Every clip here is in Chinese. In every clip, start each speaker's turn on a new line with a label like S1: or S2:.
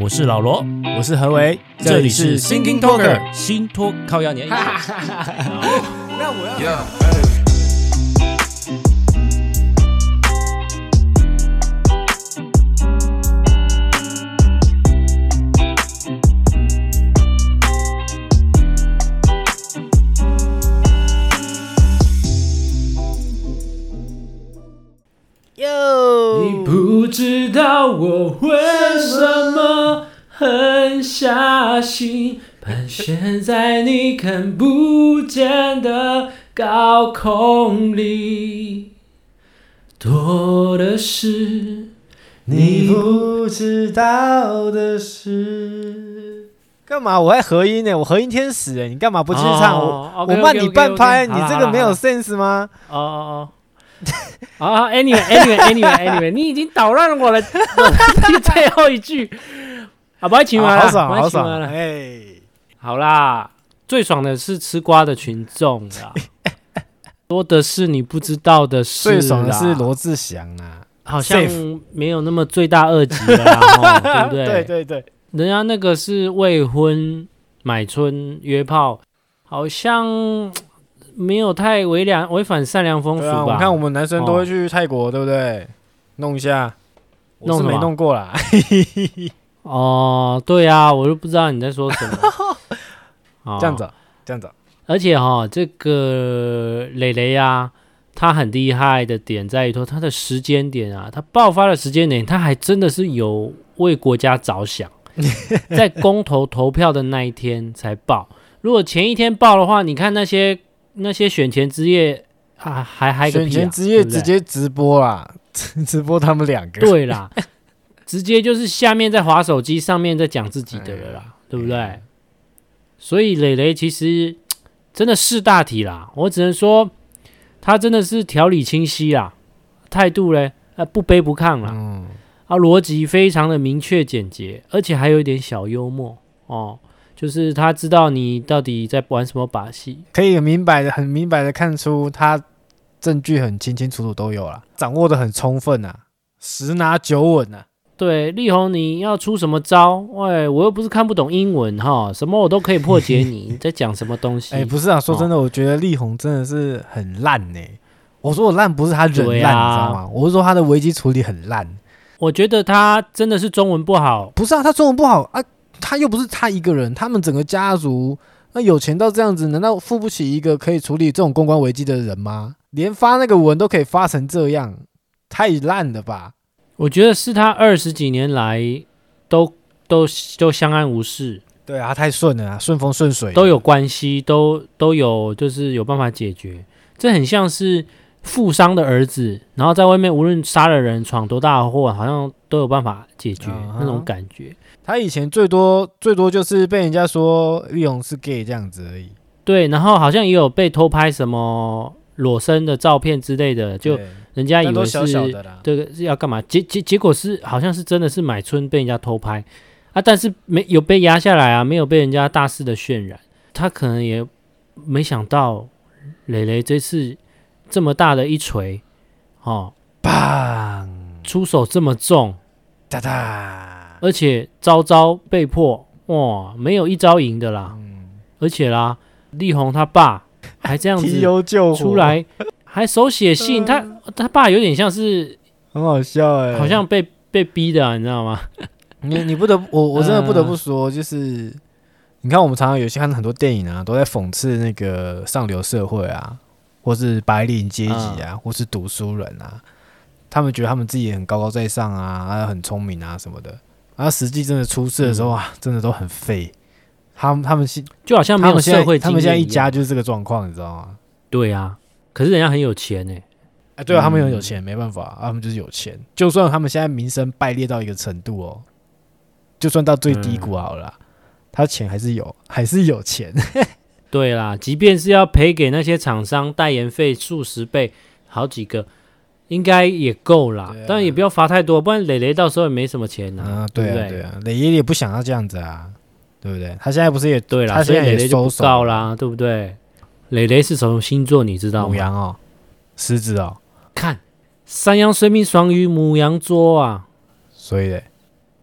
S1: 我是老罗，
S2: 我是何为，这里是 Thinking Talker。
S1: 新托靠压年。
S2: 那我要
S3: Yeah,
S4: Yo，
S2: 你不知道我为什么狠下心，盘旋在你看不见的高空里，多的是你不知道的事。
S4: 干嘛？我还合音呢，我合音天使哎，你干嘛不去唱？
S2: 哦
S4: 我我
S2: ，OK，OK，OK，OK，
S4: 慢你半拍，
S2: 好啦
S4: 你这个没
S2: 好
S4: 有
S2: 啦
S4: sense 吗？
S2: 哦哦 哦，啊，anyway，anyway，anyway，anyway，你已经捣乱了我的 我的最后一句，好，不要请完
S4: 啊
S2: 了，
S4: 好爽，
S2: 不
S4: 好
S2: 要请
S4: 爽
S2: 完！了，
S4: 哎，
S2: 好啦，最爽的是吃瓜的群众 啦，多的是你不知道的事，
S4: 最爽的是，罗志祥啊，
S2: 好像
S4: Safe
S2: 没有那么罪大恶极 了啦，吼对不
S4: 对对对，
S2: 人家那个是未婚买春约炮，好像没有太违良违反善良风俗
S4: 对
S2: 吧？
S4: 啊，我看我们男生都
S2: 哦
S4: 会去泰国，对不对？弄一下，我
S2: 弄
S4: 是
S2: 什
S4: 没
S2: 么
S4: 弄过啦。
S2: 哦，对啊，我就不知道你在说什么。 哦
S4: 这样子，这样子，
S2: 而且哈、这个磊磊啊，他很厉害的点在于说他的时间点啊，他爆发的时间点，他还真的是有为国家 着想，在公投投票的那一天才爆。如果前一天爆的话，你看那些那些选前之夜啊，还还个屁、啊、
S4: 选前之夜
S2: 对不对
S4: 直接直播啦，直播他们两 个。
S2: 对啦，直接就是下面在划手机，上面在讲自己的了
S4: 哎
S2: 啦，对不对？所以磊磊其实真的是大体啦，我只能说他真的是条理清晰啦，态度嘞呃不卑不亢啦，
S4: 嗯，
S2: 啊逻辑非常的明确简洁，而且还有一点小幽默哦，就是他知道你到底在玩什么把戏，
S4: 可以很明白的、很明白的看出他证据很清清楚楚都有了，掌握的很充分啊，十拿九稳啊。
S2: 对，力宏，你要出什么招？喂，我又不是看不懂英文哈，什么我都可以破解 你。你在讲什么东西？
S4: 哎、不是啊，说真的，我觉得力宏真的是很烂呢、我说我烂不是他人烂，你
S2: 对
S4: 知
S2: 啊
S4: 道吗？我是说他的危机处理很烂。
S2: 我觉得他真的是中文不好。
S4: 不是啊，他中文不好啊，他又不是他一个人，他们整个家族那有钱到这样子，难道付不起一个可以处理这种公关危机的人吗？连发那个文都可以发成这样，太烂了吧？
S2: 我觉得是他二十几年来都都都相安无事，
S4: 对啊，他太顺了啊，顺风顺水
S2: 都有关系，都都有就是有办法解决。这很像是富商的儿子，然后在外面无论杀了人、闯多大的祸，好像都有办法解决、
S4: 啊哈
S2: 那种感觉。
S4: 他以前最多最多就是被人家说力宏是 gay 这样子而已，
S2: 对，然后好像也有被偷拍什么裸身的照片之类的，就
S4: 对
S2: 人家以
S4: 但
S2: 为
S4: 都
S2: 是
S4: 小小的啦。
S2: 这个是要干嘛？结结结果是好像是真的是买春被人家偷拍啊，但是没有被压下来啊，没有被人家大肆的渲染。他可能也没想到磊磊这次这么大的一锤，哦，
S4: 棒
S2: 出手这么重，
S4: 哒哒，
S2: 而且招招被迫，哇、没有一招赢的啦。而且啦，力宏他爸还这样
S4: 提
S2: 子
S4: 油救火
S2: 出，来，还手写信，他他爸有点像是
S4: 很好笑哎、
S2: 好像被被逼的、啊，你知道吗？
S4: 你你不得不我我真的不得
S2: 嗯
S4: 不说，就是你看我们常常有些看到很多电影啊，都在讽刺那个上流社会啊，或是白领阶级
S2: 嗯
S4: 啊，或是读书人啊，他们觉得他们自己很高高在上啊，啊很聪明啊什么的，然后实际真的出事的时候
S2: 嗯
S4: 啊，真的都很废。他们他们现
S2: 就好像没
S4: 他
S2: 有
S4: 们现
S2: 社会
S4: 在
S2: 经
S4: 他
S2: 验样
S4: 们现在一家就是这个状况，你知道吗？
S2: 对啊，可是人家很有钱呢、
S4: 哎，对啊，
S2: 嗯
S4: 他们很有钱，没办法，啊他们就是有钱。就算他们现在名声败劣到一个程度哦，就算到最低
S2: 嗯
S4: 谷好了啦，他钱还是有，还是有钱。
S2: 对啦，即便是要赔给那些厂商代言费数十倍，好几个，应该也够啦
S4: 对啊。
S2: 当然也不要罚太多，不然磊磊到时候也没什么钱拿、
S4: 啊，
S2: 嗯对
S4: 对啊，
S2: 不
S4: 对
S2: 对？
S4: 啊，磊爷也不想要这样子啊，对不对？他现在不是也
S2: 对啦，
S4: 他
S2: 所以
S4: 现在
S2: 磊
S4: 也
S2: 磊就
S4: 收
S2: 不
S4: 手啊
S2: 告啦，对不对？磊磊是什么星座？你知道
S4: 母
S2: 吗？
S4: 羊哦，狮子哦，
S2: 看，山羊虽命，双鱼母羊座啊。
S4: 所以嘞，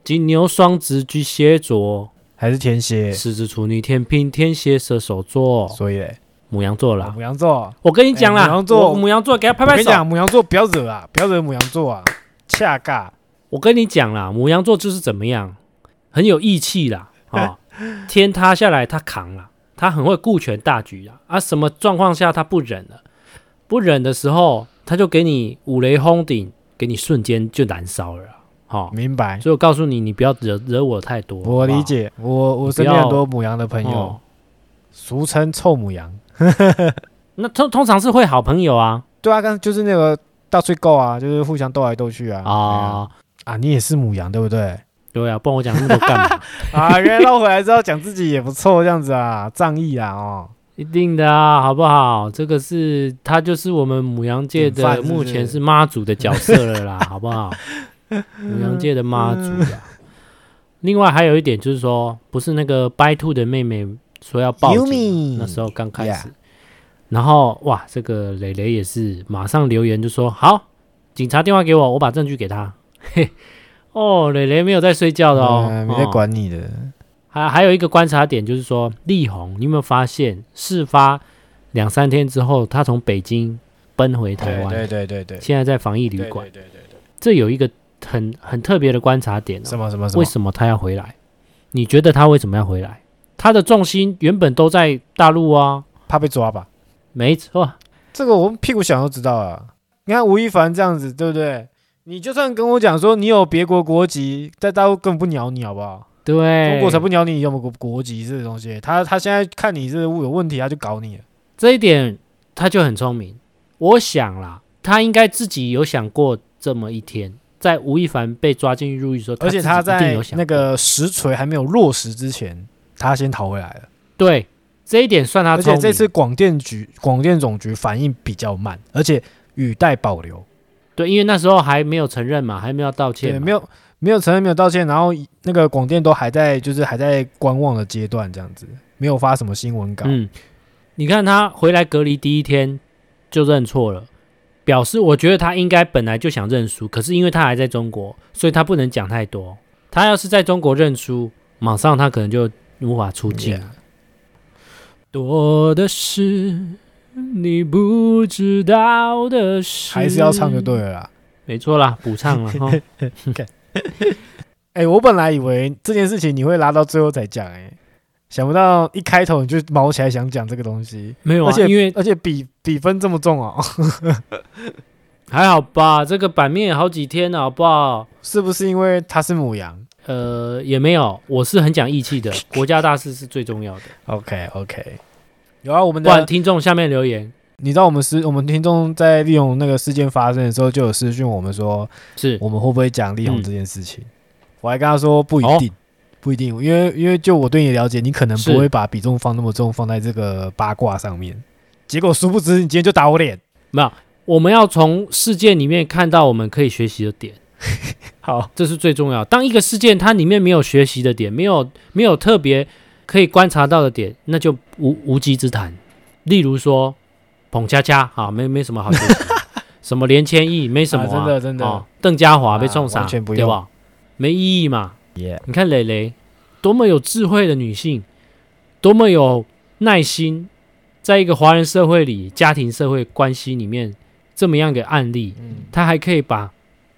S2: 金牛、双子、巨蟹座、
S4: 还是天蝎，
S2: 狮子、处女、天平、天蝎、射手座、
S4: 所以嘞
S2: 母羊座哦啦。
S4: 母羊座，
S2: 我跟你讲啦，
S4: 哎母羊座
S2: 我母羊座给他拍
S4: 我
S2: 拍
S4: 跟你
S2: 手。
S4: 讲，母羊座不要惹啊，不要惹母羊座啊，恰尬。
S2: 我跟你讲啦，母羊座就是怎么样，很有义 气啦，啊、天塌下来他扛了，他很会顾全大局啊，啊，什么状况下他不忍了，不忍的时候他就给你五雷轰顶，给你瞬间就燃烧了啊，好、
S4: 明白，
S2: 所以我告诉你，你不要惹惹我太多，
S4: 嗯我理解。我我身边
S2: 你不要
S4: 很多母羊的朋
S2: 好不好
S4: 友，
S2: 哦
S4: 俗称臭母羊。
S2: 那通通常是会好朋友啊，
S4: 对啊，刚就是那个到处够啊，就是互相斗来斗去啊。
S2: 啊、
S4: 啊啊，你也是母羊对不对？
S2: 对啊，不然我讲那么多干嘛？
S4: 啊，原来绕回来之后讲自己也不错，这样子啊，仗义啊哦。
S2: 一定的啊，好不好？这个是他就是我们母羊界
S4: 典范是不
S2: 的，
S4: 是
S2: 目前是妈祖的角色了 啦，好不好？母羊界的妈祖
S4: 嗯
S2: 啊。另外还有一点就是说，不是那个白兔的妹妹说要报警
S4: Yumi
S2: 吗，那时候刚开
S4: Yeah
S2: 始，然后哇，这个磊磊也是马上留言就说好，警察电话给我，我把证据给他。嘿，哦，磊磊没有在睡觉的哦，
S4: 嗯没在
S2: 哦
S4: 管你的。
S2: 还还有一个观察点就是说，力宏，你有没有发现事发两三天之后，他从北京奔回台湾，
S4: 对对对
S2: 现在在防疫旅馆，
S4: 对对对。
S2: 这有一个很很特别的观察点、
S4: 什
S2: 哦。
S4: 么什么什么
S2: 为？什么他要回来？你觉得他为什么要回来？他的重心原本都在大陆啊，
S4: 怕被抓吧？
S2: 没错，
S4: 这个我们屁股想都知道啊。你看吴亦凡这样子，对不对？你就算跟我讲说你有别国国籍，在大陆根本不鸟你，好不好？
S2: 对，
S4: 中国才不鸟你有没有国国籍这个东西。他他现在看你是有问题，他就搞你了。啊
S2: 这一点他就很聪明。我想啦，他应该自己有想过这么一天，在吴亦凡被抓进入狱的时候，
S4: 而且
S2: 自己
S4: 他
S2: 一定
S4: 在
S2: 有想
S4: 那
S2: 过
S4: 个实锤还没有落实之前，他先逃回来了。
S2: 对，这一点算他
S4: 而
S2: 聪
S4: 且
S2: 明。
S4: 这次广电局、广电总局反应比较慢，而且语带保留，
S2: 对，因为那时候还没有承认嘛，还没有道歉
S4: 对，
S2: 嘛，
S4: 没有没有承认，没有道歉，然后那个广电都还在就是还在观望的阶段，这样子没有发什么新闻稿。
S2: 嗯，你看他回来隔离第一天就认错了，表示我觉得他应该本来就想认输，可是因为他还在中国，所以他不能讲太多。他要是在中国认输，马上他可能就无法出境。
S4: Yeah
S2: 多的是你不知道的事，
S4: 还是要唱就对，了啦。
S2: 没错啦，补唱了 哈。
S4: 哎、我本来以为这件事情你会拉到最后才讲，哎，想不到一开头你就毛起来想讲这个东西，
S2: 没有
S4: 而
S2: 啊，
S4: 且
S2: 因为
S4: 而且比比分这么重哦，
S2: 还好吧，这个版面好几天了，好不好？
S4: 是不是因为他是母羊
S2: 呃，也没有，我是很讲义 气的，国家大事是最重要的。
S4: ？OK OK，有啊，我们
S2: 不然
S4: 的
S2: 听众下面留言
S4: 你知道我们私我们听众在利用那个事件发生的时候，就有私讯我们说
S2: 是
S4: 我们会不会讲利用
S2: 嗯哦
S4: 这件事情，我还跟他说不一定。不一定，因为因为就我对你的了解，你可能
S2: 是
S4: 不会把比重放那么重，放在这个八卦上面。结果殊不知，你今天就打我脸。
S2: 没有，我们要从事件里面看到我们可以学习的点，
S4: 好，
S2: 这是最重要。当一个事件它里面没有学习的点，没有没有特别可以观察到的点，那就无无稽之谈。例如说彭恰恰啊，没没什么好学习 的，什么连千亿没什么、
S4: 啊真的真的
S2: 哦邓家华被冲
S4: 啊
S2: 傻，
S4: 完全不
S2: 对
S4: 用
S2: 吧？没意义嘛。
S4: 耶、
S2: 你看蕾蕾，多么有智慧的女性，多么有耐心，在一个华人社会里、家庭社会关系里面，这么样一个案例，
S4: 嗯，
S2: 她还可以把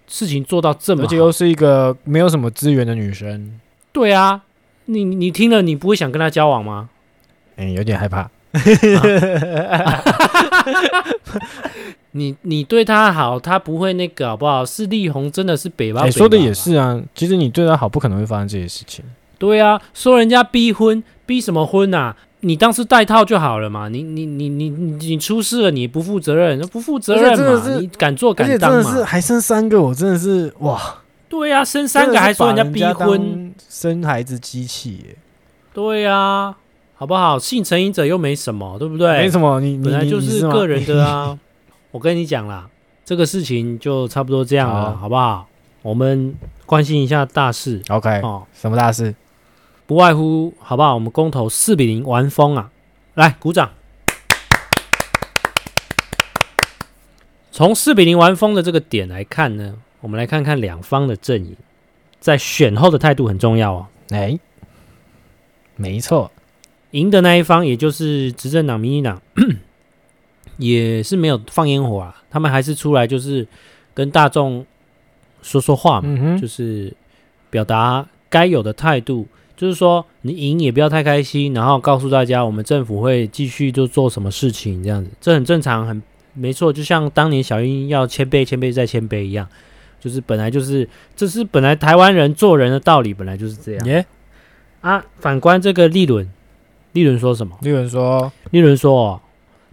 S2: 事情做到这么
S4: 而且
S2: 好。
S4: 又是一个没有什么资源的女生，
S2: 对啊，你你听了，你不会想跟她交往吗？
S4: 嗯、有点害怕。
S2: 你你对她好，她不会那个好不好？是力宏真的是北吧？
S4: 哎、说的
S2: 北吧
S4: 也。是啊，其实你对她好，不可能会发生这些事情。
S2: 对啊，说人家逼婚，逼什么婚啊？你当时带套就好了嘛！你你你你你你出事了，你不负责任，不负责任
S4: 而且真的
S2: 嘛！
S4: 是
S2: 你敢做
S4: 而且
S2: 敢
S4: 真
S2: 当
S4: 的是
S2: 嘛！
S4: 还剩三个，我真的是哇，
S2: 对啊，生三个还说人家
S4: 真的
S2: 逼
S4: 是把
S2: 婚，
S4: 当生孩子机器耶、
S2: 对啊，好不好？性成瘾者又没什么，对不对？
S4: 没什么，你你
S2: 本来
S4: 你
S2: 就
S4: 你
S2: 是
S4: 是吗
S2: 个人 的啊。我跟你讲啦，这个事情就差不多这样了，
S4: 好
S2: 好不好？我们关心一下大事
S4: OK，
S2: 哦，
S4: 什么大事？
S2: 不外乎好不好？我们公投四比零完封啊！来，鼓掌。从四比零完封的这个点来看呢，我们来看看两方的阵营。在选后的态度很重要哦。
S4: 哎，没错，
S2: 赢的那一方，也就是执政党、民进党， 也是没有放烟火啊，他们还是出来就是跟大众说说话嘛，
S4: 嗯哼，
S2: 啊就是表达该有的态度，就是说你赢也不要太开心，然后告诉大家我们政府会继续就做什么事情这样子，这很正常，很没错，就像当年小英要谦卑、谦卑再谦卑一样，就是本来就是这是本来台湾人做人的道理，本来就是这样。
S4: 耶，
S2: 啊，反观这个利伦，利伦说什么？
S4: 例如说，
S2: 利伦说、哦，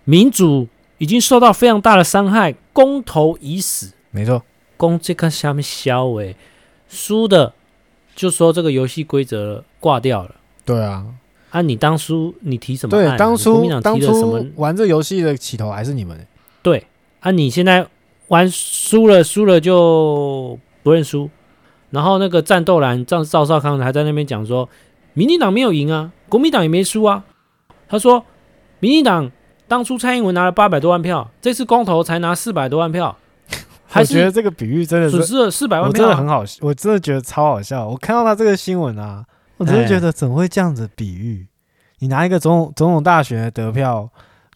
S2: 民主已经受到非常大的伤害，公投已死，
S4: 没错，
S2: 公这个下面消诶，输的就说这个游戏规则挂掉了。
S4: 对啊，
S2: 啊，你当初你提什么案？
S4: 对，当
S2: 你国民
S4: 初
S2: 党
S4: 当
S2: 提了什么
S4: 初？玩这游戏的起头还是你们，
S2: 对啊，你现在玩输了，输了就不认输。然后那个战斗蓝赵赵少康还在那边讲说，民进党没有赢啊，国民党也没输啊。他说，民进党当初蔡英文拿了八百多万票，这次公投才拿四百多万票，还
S4: 我觉得
S2: 是
S4: 这个比喻真的
S2: 损
S4: 是，
S2: 失了四百万
S4: 我
S2: 票
S4: 真
S2: 啊、
S4: 的很好，我真的觉得超好笑。我看到他这个新闻啊，
S2: 哎
S4: 我真的觉得怎么会这样子比喻？你拿一个总统总统大选的得票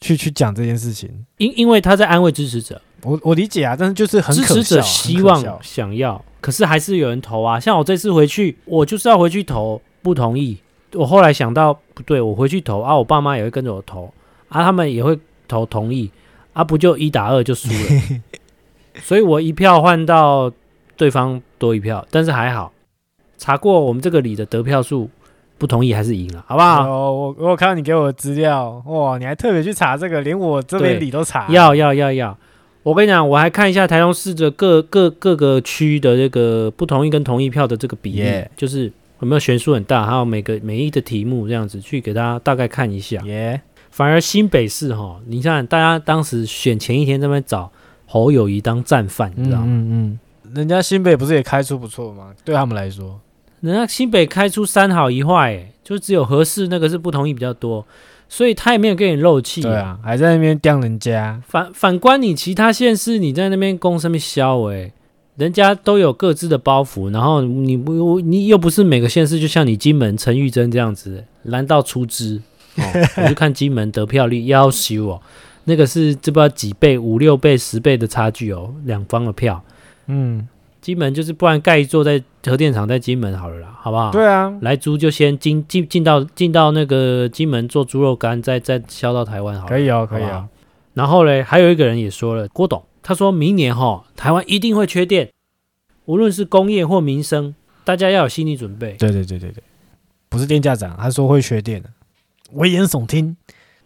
S4: 去去讲这件事情，
S2: 因因为他在安慰支持者，
S4: 我我理解啊，但是就是很
S2: 支
S4: 可
S2: 持
S4: 笑
S2: 者
S4: 啊，
S2: 希
S4: 很可
S2: 望
S4: 笑
S2: 想要，可是还是有人投啊。像我这次回去，我就是要回去投，不同意。我后来想到不对，我回去投啊，我爸妈也会跟着我投啊，他们也会投同意啊，不就一打二就输 了。所以我一票换到对方多一票，但是还好，查过我们这个里的得票数，不同意还是赢了，好不
S4: 啊！
S2: 好？
S4: 我我有看到你给我的资料，哇，你还特别去查这个，连我这边
S2: 对
S4: 理都查。
S2: 要要要要！我跟你讲，我还看一下台中市的各各各个区的这个不同意跟同意票的这个比例
S4: Yeah
S2: 就是有没有悬殊很大，还有每个每一的题目这样子去给大家大概看一下。
S4: 耶，
S2: 反而新北市哈，你看大家当时选前一天在那边找侯友谊当战犯，你
S4: 嗯
S2: 知道吗？
S4: 嗯嗯，人家新北不是也开出不错吗？对他们来说，
S2: 人家新北开出三好一坏，哎就只有合适那个是不同意比较多，所以他也没有给你漏气、
S4: 对啊，还在那边刁人家，
S2: 反反观你其他县市，你在那边攻什么消诶，人家都有各自的包袱，然后你不你又不是每个县市，就像你金门陈玉珍这样子，蓝到出汁， 哦、我就看金门得票率要求哦，那个是这不知道几倍，五六倍、十倍的差距哦，两方的票，
S4: 嗯，
S2: 金门就是不然盖一座在核电厂在金门好了啦，好不好？
S4: 对啊，
S2: 来猪就先进进进到进到那个金门做猪肉干，再再销到台湾好了
S4: 可。以哦，可以
S2: 好
S4: 哦
S2: 吧，然后嘞，还有一个人也说了，郭董，他说明年哈，台湾一定会缺电，无论是工业或民生，大家要有心理准备。
S4: 对对对对对，不是电价涨，他说会缺电的，危言耸听，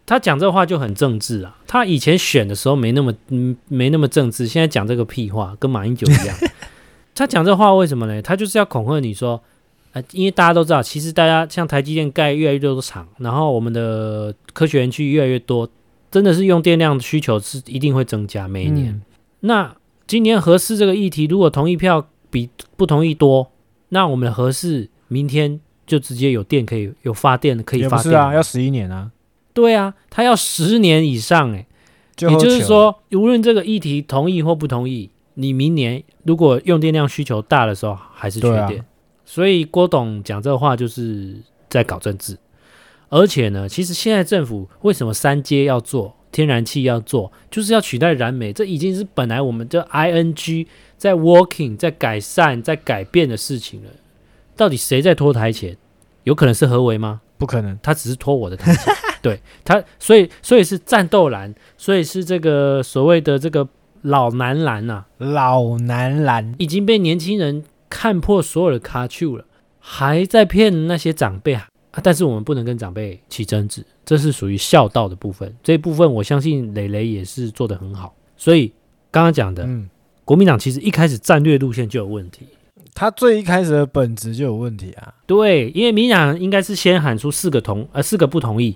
S2: 他讲这话就很政治啊，他以前选的时候没那么嗯没那么政治，现在讲这个屁话，跟马英九一样。 他讲这话为什么呢？他就是要恐吓你说，呃，因为大家都知道，其实大家像台积电盖越来越多的厂，然后我们的科学园区越来越多，真的是用电量需求是一定会增加每一年。
S4: 嗯
S2: 那今年合适这个议题，如果同意票比不同意多，那我们的合适明天就直接有电可以有发电可以
S4: 也不
S2: 发
S4: 是
S2: 电
S4: 啊，
S2: 了。
S4: 要十一年啊，
S2: 对啊，他要十年以上哎、
S4: 就
S2: 也
S4: 喝
S2: 就是
S4: 酒，
S2: 说，无论这个议题同意或不同意，你明年如果用电量需求大的时候，还是缺
S4: 对啊
S2: 电。所以郭董讲这话就是在搞政治。而且呢，其实现在政府为什么三阶要做，天然气要做，就是要取代燃煤，这已经是本来我们这 ING 在 working 在改善在改变的事情了。到底谁在拖台前？有可能是何为吗？
S4: 不可能，
S2: 他只是拖我的台阶， 对他，所以所以是战斗蓝，所以是这个所谓的这个老男篮呐、啊，
S4: 老男人，
S2: 已经被年轻人看破所有的卡丘了，还在骗那些长辈啊！但是我们不能跟长辈起争执，这是属于孝道的部分，这一部分我相信磊磊也是做得很好，所以刚刚讲的、
S4: 嗯，
S2: 国民党其实一开始战略路线就有问题。
S4: 他最一开始的本质就有问题啊，
S2: 对，因为民进党应该是先喊出四个同呃四个不同意，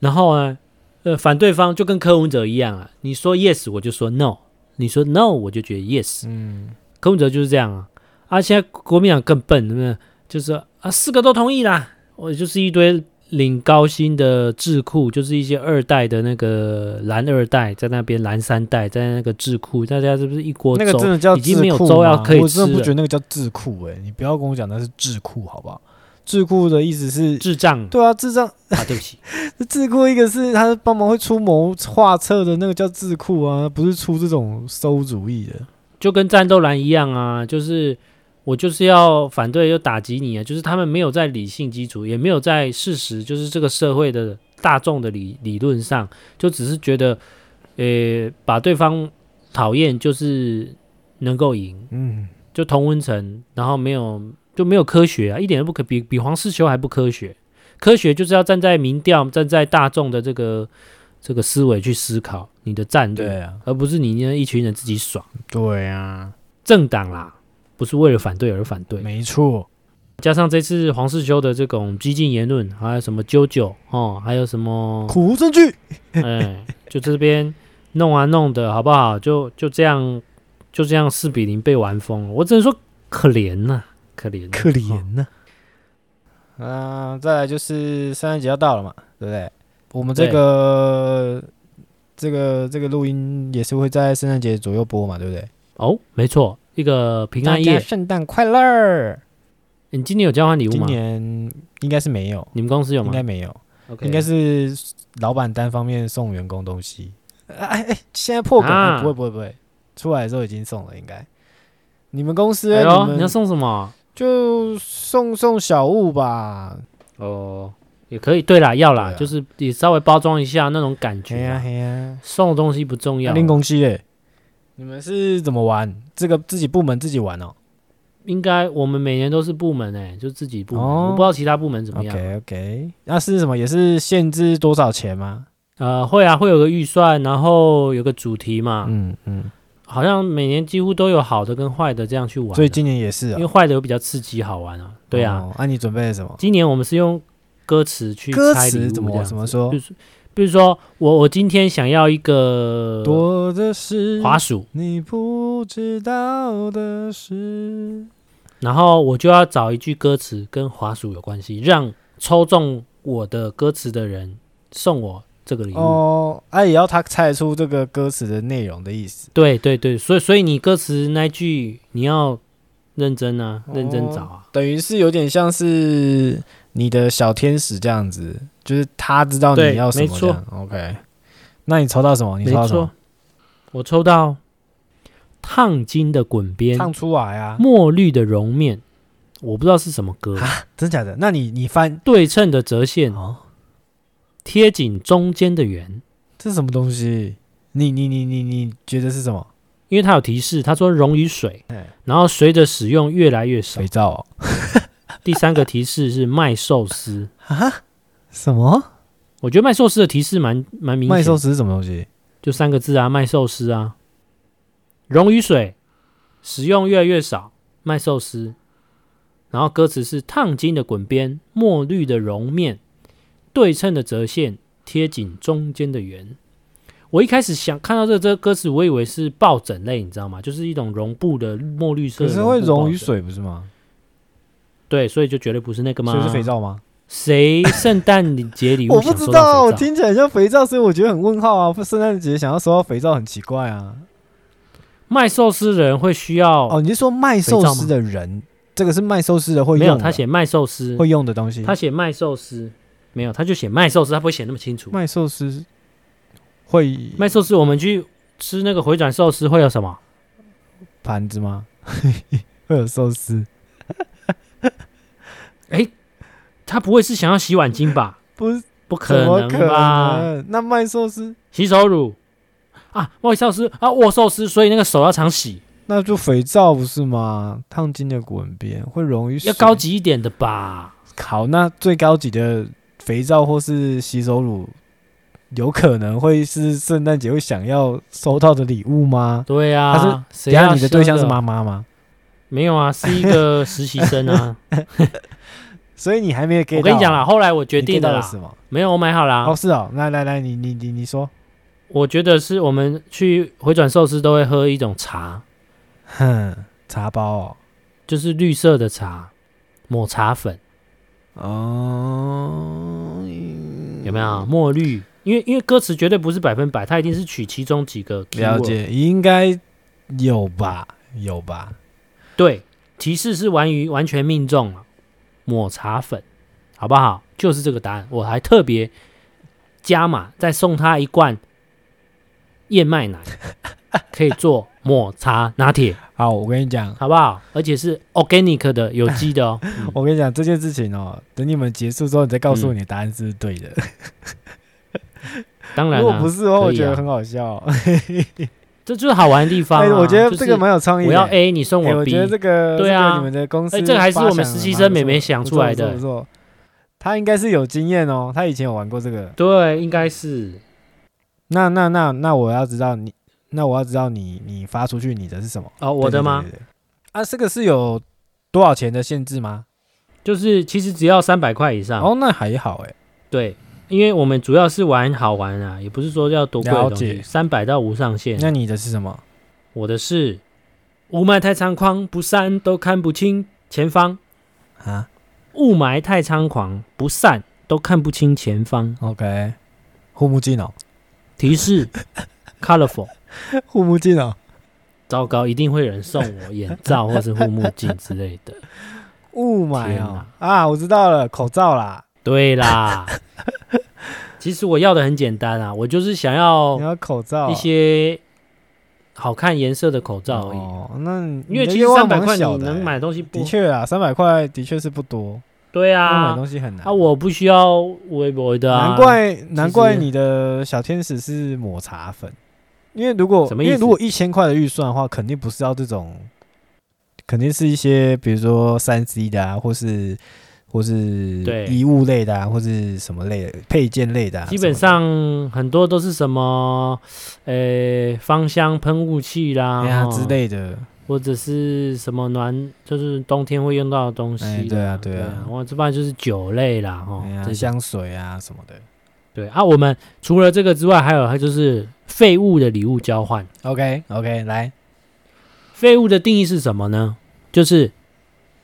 S2: 然后呢，呃反对方就跟柯文哲一样啊，你说 yes 我就说 no，你说 no 我就觉得 yes，
S4: 嗯，
S2: 柯文哲就是这样啊。啊，现在国民党更笨，对不对？就是说啊四个都同意啦，我就是一堆领高薪的智库，就是一些二代的那个蓝二代在那边，蓝三代在那个智库，大家是不是一锅
S4: 那个
S2: 粥？
S4: 真的叫
S2: 已经
S4: 智
S2: 没有
S4: 库
S2: 粥要
S4: 吗
S2: 可以
S4: 我真
S2: 吃
S4: 的不觉得
S2: 了
S4: 那个叫智库哎、你不要跟我讲那是智库好不好？智库的意思是，
S2: 智障
S4: 对啊，智障
S2: 啊，对不起，
S4: 智库一个是他帮忙会出谋划策的那个叫智库啊，不是出这种馊主意的。
S2: 就跟战斗蓝一样啊，就是我就是要反对又打击你啊，就是他们没有在理性基础，也没有在事实，就是这个社会的大众的理理论上，就只是觉得，呃，把对方讨厌就是能够赢，
S4: 嗯，
S2: 就同温层，然后没有就没有科学啊，一点都不可比比黄世修还不科学，科学就是要站在民调，站在大众的这个这个思维去思考你的战略，
S4: 对啊，
S2: 而不是你那一群人自己爽。
S4: 对啊，
S2: 政党啦，不是为了反对而反对。
S4: 没错。
S2: 加上这次黄世修的这种激进言论，还有什么啾啾哦，还有 什么，
S4: 苦无证据，
S2: 哎，就这边弄啊弄的好不好？就就这样，就这样四比零被玩疯了。我只能说可怜呐、可怜、
S4: 可
S2: 哦
S4: 怜呐、嗯、再来就是三十节要到了嘛，对不对？我们这
S2: 对
S4: 个这个这个录音也是会在圣诞节左右播嘛，对不对？
S2: 哦，没错，一个平
S4: 大
S2: 安
S4: 家
S2: 夜。
S4: 圣诞快乐儿！
S2: 你今年有交换礼物
S4: 今
S2: 吗？
S4: 年应该是没有，
S2: 你们公司有
S4: 应
S2: 吗
S4: 该没有，
S2: ？OK
S4: 应该是老板单方面送员工东西。哎哎，现在破梗了、
S2: 啊
S4: 不会不会不会，出来的时候已经送了，应该。你们公司、
S2: 哎
S4: 你
S2: 呦，
S4: 们
S2: 你要送什么？
S4: 就送送小物吧。
S2: 哦，也可以。对啦，要啦，
S4: 对啊
S2: 就是你稍微包装一下那种感
S4: 嘿
S2: 觉
S4: 哎呀
S2: 啊。
S4: 嘿呀，
S2: 送的东西不重要
S4: 那
S2: 啊，
S4: 另公司嘞，你们是怎么玩？这个自己部门自己玩哦。
S2: 应该我们每年都是部门哎、就自己部门，
S4: 哦
S2: 我不知道其他部门怎么样。
S4: OK OK，那是什么？也是限制多少钱吗？
S2: 呃，会啊，会有个预算，然后有个主题嘛，
S4: 嗯嗯，
S2: 好像每年几乎都有好的跟坏的这样去玩啊、
S4: 所以今年也是
S2: 因
S4: 哦
S2: 为。坏的有比较刺激好玩啊。对啊，
S4: 哦，那、你准备了什么？
S2: 今年我们是用歌词去
S4: 歌
S2: 猜礼
S4: 词
S2: 物
S4: 怎
S2: 这样
S4: 么
S2: 子
S4: 怎么说
S2: 比？如说，比如说我我今天想要一个
S4: 多的是
S2: 滑鼠，
S4: 你不知道的事。
S2: 然后我就要找一句歌词跟滑鼠有关系，让抽中我的歌词的人送我这个礼物。
S4: 哦，啊，也要他猜出这个歌词的内容的意思。
S2: 对对对，所以所以你歌词那一句你要认真啊，认真找啊。
S4: 等于是有点像是你的小天使这样子，就是他知道
S2: 对
S4: 你要什
S2: 没
S4: 么这
S2: 错
S4: 样。OK，那你抽到什么？你抽
S2: 没
S4: 到什
S2: 错
S4: 么？，
S2: 我抽到烫金的滚边，
S4: 唱出来啊！
S2: 墨绿的绒面，我不知道是什么歌。
S4: 真假的？那你你翻
S2: 对称的折线
S4: 啊哦，
S2: 贴紧中间的圆，
S4: 这是什么东西？你你你你你觉得是什么？
S2: 因为它有提示，它说溶于水
S4: 哎，
S2: 然后随着使用越来越少
S4: 肥。皂、哦？
S2: 第三个提示是卖寿司，
S4: 什么？
S2: 我觉得卖寿司的提示蛮蛮明
S4: 麦
S2: 显
S4: 寿
S2: 的，
S4: 司是什么东西？
S2: 就三个字啊，卖寿司啊，溶于水，使用越来越少，卖寿司。然后歌词是烫金的滚边，墨绿的绒面，对称的折线贴紧中间的圆。我一开始想看到这这个歌词，我以为是抱枕类，你知道吗？就是一种绒布的墨绿色
S4: 可
S2: 的
S4: 是
S2: 绒布
S4: 会
S2: 抱枕，
S4: 溶于水不是吗？
S2: 对，所以就绝对不是那个吗？
S4: 所以是肥皂吗？
S2: 谁圣诞节礼 物
S4: 我不知
S2: 想收到
S4: 道，
S2: 肥
S4: 我
S2: 皂
S4: 听起来像肥皂，所以我觉得很问号啊！圣诞节想要收到肥皂很奇怪啊。
S2: 卖寿司的人会需要
S4: 哦，你是说卖寿司的人？这个是卖寿司的会
S2: 没有，
S4: 用的，
S2: 他写卖寿司，
S4: 会用的东西。
S2: 他写卖寿司，没有，他就写卖寿司，他不会写那么清楚。
S4: 卖寿司会
S2: 卖寿司，我们去吃那个回转寿司会有什么？
S4: 盘子吗？会有寿司？
S2: 他不会是想要洗碗巾吧？
S4: 不是，
S2: 不 可
S4: 怎么
S2: 能
S4: 可
S2: 吧？
S4: 能？那卖寿司
S2: 洗手乳啊，握寿司啊，握寿司，所以那个手要常洗，
S4: 那就肥皂不是吗？烫金的滚边会溶于水
S2: 要高。级一点的吧？
S4: 好，那最高级的肥皂或是洗手乳，有可能会是圣诞节会想要收到的礼物吗？
S2: 对呀、啊
S4: 他，
S2: 谁
S4: 等一下
S2: 要
S4: 你的对象是
S2: 生
S4: 妈妈吗？
S2: 没有啊，是一个实习生啊。
S4: 所以你还没 有给
S2: 我跟你讲啦，，后来我决
S4: 你 get
S2: 定的
S4: 到了
S2: 啦啊
S4: 什，么？
S2: 没有，我买好啦。
S4: 哦，是哦，来来来，你你你你说，
S2: 我觉得是我们去回转寿司都会喝一种茶，
S4: 哼，茶包哦，
S2: 就是绿色的茶，抹茶粉。
S4: 哦，
S2: 有没有墨绿？因为因为歌词绝对不是百分百，它一定是取其中几个 keyword。
S4: 了解，应该有吧，有吧？
S2: 对，提示是完于完全命中了，抹茶粉，好不好？就是这个答案，我还特别加码，再送他一罐燕麦 奶，可以做抹茶拿铁，
S4: 好，我跟你讲，
S2: 好不好？而且是 organic 的，有机的哦。嗯
S4: 我跟你讲这件事情哦，等你们结束之后，你再告诉我你的答案是不是对的。
S2: 当然
S4: 如
S2: 啦、
S4: 果不是的话，
S2: 可以啊
S4: 我觉得很好笑。哦
S2: 这就是好玩的地方、啊
S4: 哎，我觉得
S2: 就
S4: 这
S2: 是
S4: 个蛮有创意的。
S2: 我要 A，你送
S4: 哎
S2: 我
S4: 我
S2: B，、
S4: 觉得这个
S2: 对啊
S4: 这个你们的公司，
S2: 哎这个还是我们实习生妹妹想出来
S4: 不
S2: 的
S4: 错不错不错他应该是有经验哦，他以前有玩过这个。
S2: 对，应该是
S4: 那那那那我要知道你，那我要知道你你发出去你的是什么？
S2: 哦，我的吗？
S4: 对？对对对啊，这个是有多少钱的限制吗？
S2: 就是其实只要三百块以上，
S4: 哦，那还好哎。
S2: 对，因为我们主要是玩好玩啊，也不是说要多贵的
S4: 了
S2: 东
S4: 解
S2: 西，三百到无上限。
S4: 那你的是什么？
S2: 我的是雾霾太猖狂，不散都看不清前方。
S4: 啊
S2: 雾霾太猖狂，不散都看不清前方。
S4: ，OK，护目镜哦，
S2: 提示：colorful。
S4: 护目镜哦，
S2: 糟糕，一定会有人送我眼罩或是护目镜之类的。
S4: 雾霾
S2: 天
S4: 哦
S2: 哪
S4: 啊，我知道了，口罩啦，
S2: 对啦，其实我要的很简单啊，我就是想
S4: 你
S2: 要
S4: 要口罩哦
S2: 一些好看颜色的口罩而已。
S4: 哦，那你
S2: 因为
S4: 你的
S2: 其
S4: 愿
S2: 实
S4: 望
S2: 三百
S4: 蛮
S2: 块
S4: 小
S2: 你
S4: 的
S2: 能
S4: 欸
S2: 买东西不
S4: 的确啊，三百块的确是不多，
S2: 对
S4: 要买
S2: 啊，
S4: 东西很难。
S2: 啊，我不需要微博的啊，
S4: 难怪难怪你的小天使是抹茶粉，因为如果
S2: 什
S4: 因
S2: 么意思
S4: 为如果一千块的预算的话，肯定不是要这种，肯定是一些比如说三 C 的啊，或是或是
S2: 对
S4: 衣物类的啊，或是什么类的配件类的啊、
S2: 基本
S4: 什么
S2: 上很多都是什么，呃，芳香喷雾器啦，
S4: 的哎呀
S2: 齁
S4: 之，类的，
S2: 或者是什么暖，就是冬天会用到的东西啦、
S4: 哎对啊对啊
S2: 我这边就是酒类啦，哦
S4: 哎，呀
S2: 这些
S4: 香水啊什么的。
S2: 对啊，我们除了这个之外，还有它就是废物的礼物交换。
S4: OK OK，来，
S2: 废物的定义是什么呢？就是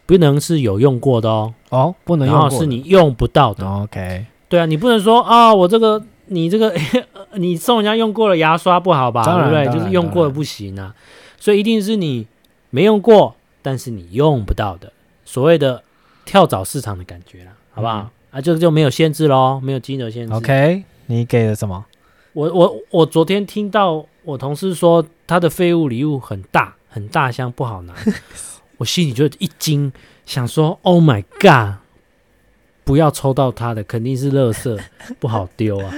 S2: 不能是有用过的哦，
S4: 哦，不能
S2: 然
S4: 用
S2: 后
S4: 过
S2: 是
S4: 的哦
S2: 你用不到的。
S4: OK，
S2: 对啊，你不能说啊、我这个你这个 呃你送人家用过的牙刷不好吧？
S4: 当然
S2: 对不
S4: 当然
S2: 对？就是用过的不行啊，所以一定是你没用过，但是你用不到的，所谓的跳蚤市场的感觉啦，好不好？啊，这个就没有限制喽，没有金额限制。
S4: 嗯 OK，你给了什么？
S2: 我我我昨天听到我同事说他的废物礼物很大很大箱，不好 拿，我心里就一惊，想说 Oh my God，不要抽到他的，肯定是垃圾，不好丢啊，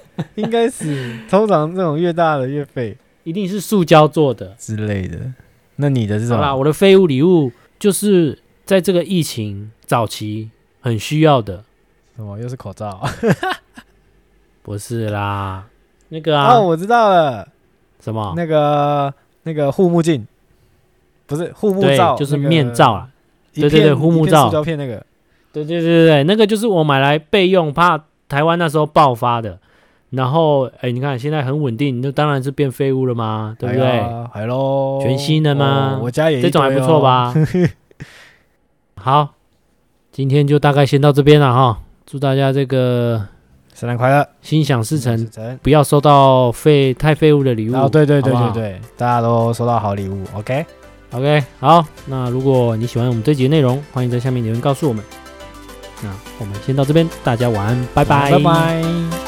S4: 应该是通常这种越大的越废
S2: 一定是塑胶做的。
S4: 之类的。那你的是什
S2: 好啦，
S4: 么？
S2: 我的废物礼物就是在这个疫情早期很需要的，
S4: 什么？又是口罩？
S2: 不是啦，那个啊、
S4: 哦，我知道了，
S2: 什么
S4: 那个那个护目镜，不是护目罩，
S2: 对，就是面罩啊啦。
S4: 那个，
S2: 对对对
S4: 一片
S2: 护目
S4: 一片
S2: 罩
S4: 塑胶片那个。
S2: 对对对对，那个就是我买来备用，怕台湾那时候爆发的。然后，哎，你看现在很稳定，那当然是变废物了嘛，对不对？
S4: 哎呀？海喽，
S2: 全新的吗
S4: 哦我家也一
S2: 这种还
S4: 堆
S2: 不
S4: 哦
S2: 错？吧？好，今天就大概先到这边了哈。祝大家这个
S4: 圣诞快乐，
S2: 心想事成
S4: 子，晨。
S2: 不要收到废太废物的礼物。
S4: 哦，嗯对对对
S2: 好不
S4: 对
S2: 好
S4: 对，大家都收到好礼物，OK。
S2: OK，好，那如果你喜欢我们这集的内容，欢迎在下面留言告诉我们。那我们先到这边，大家晚安，拜拜，
S4: 拜拜。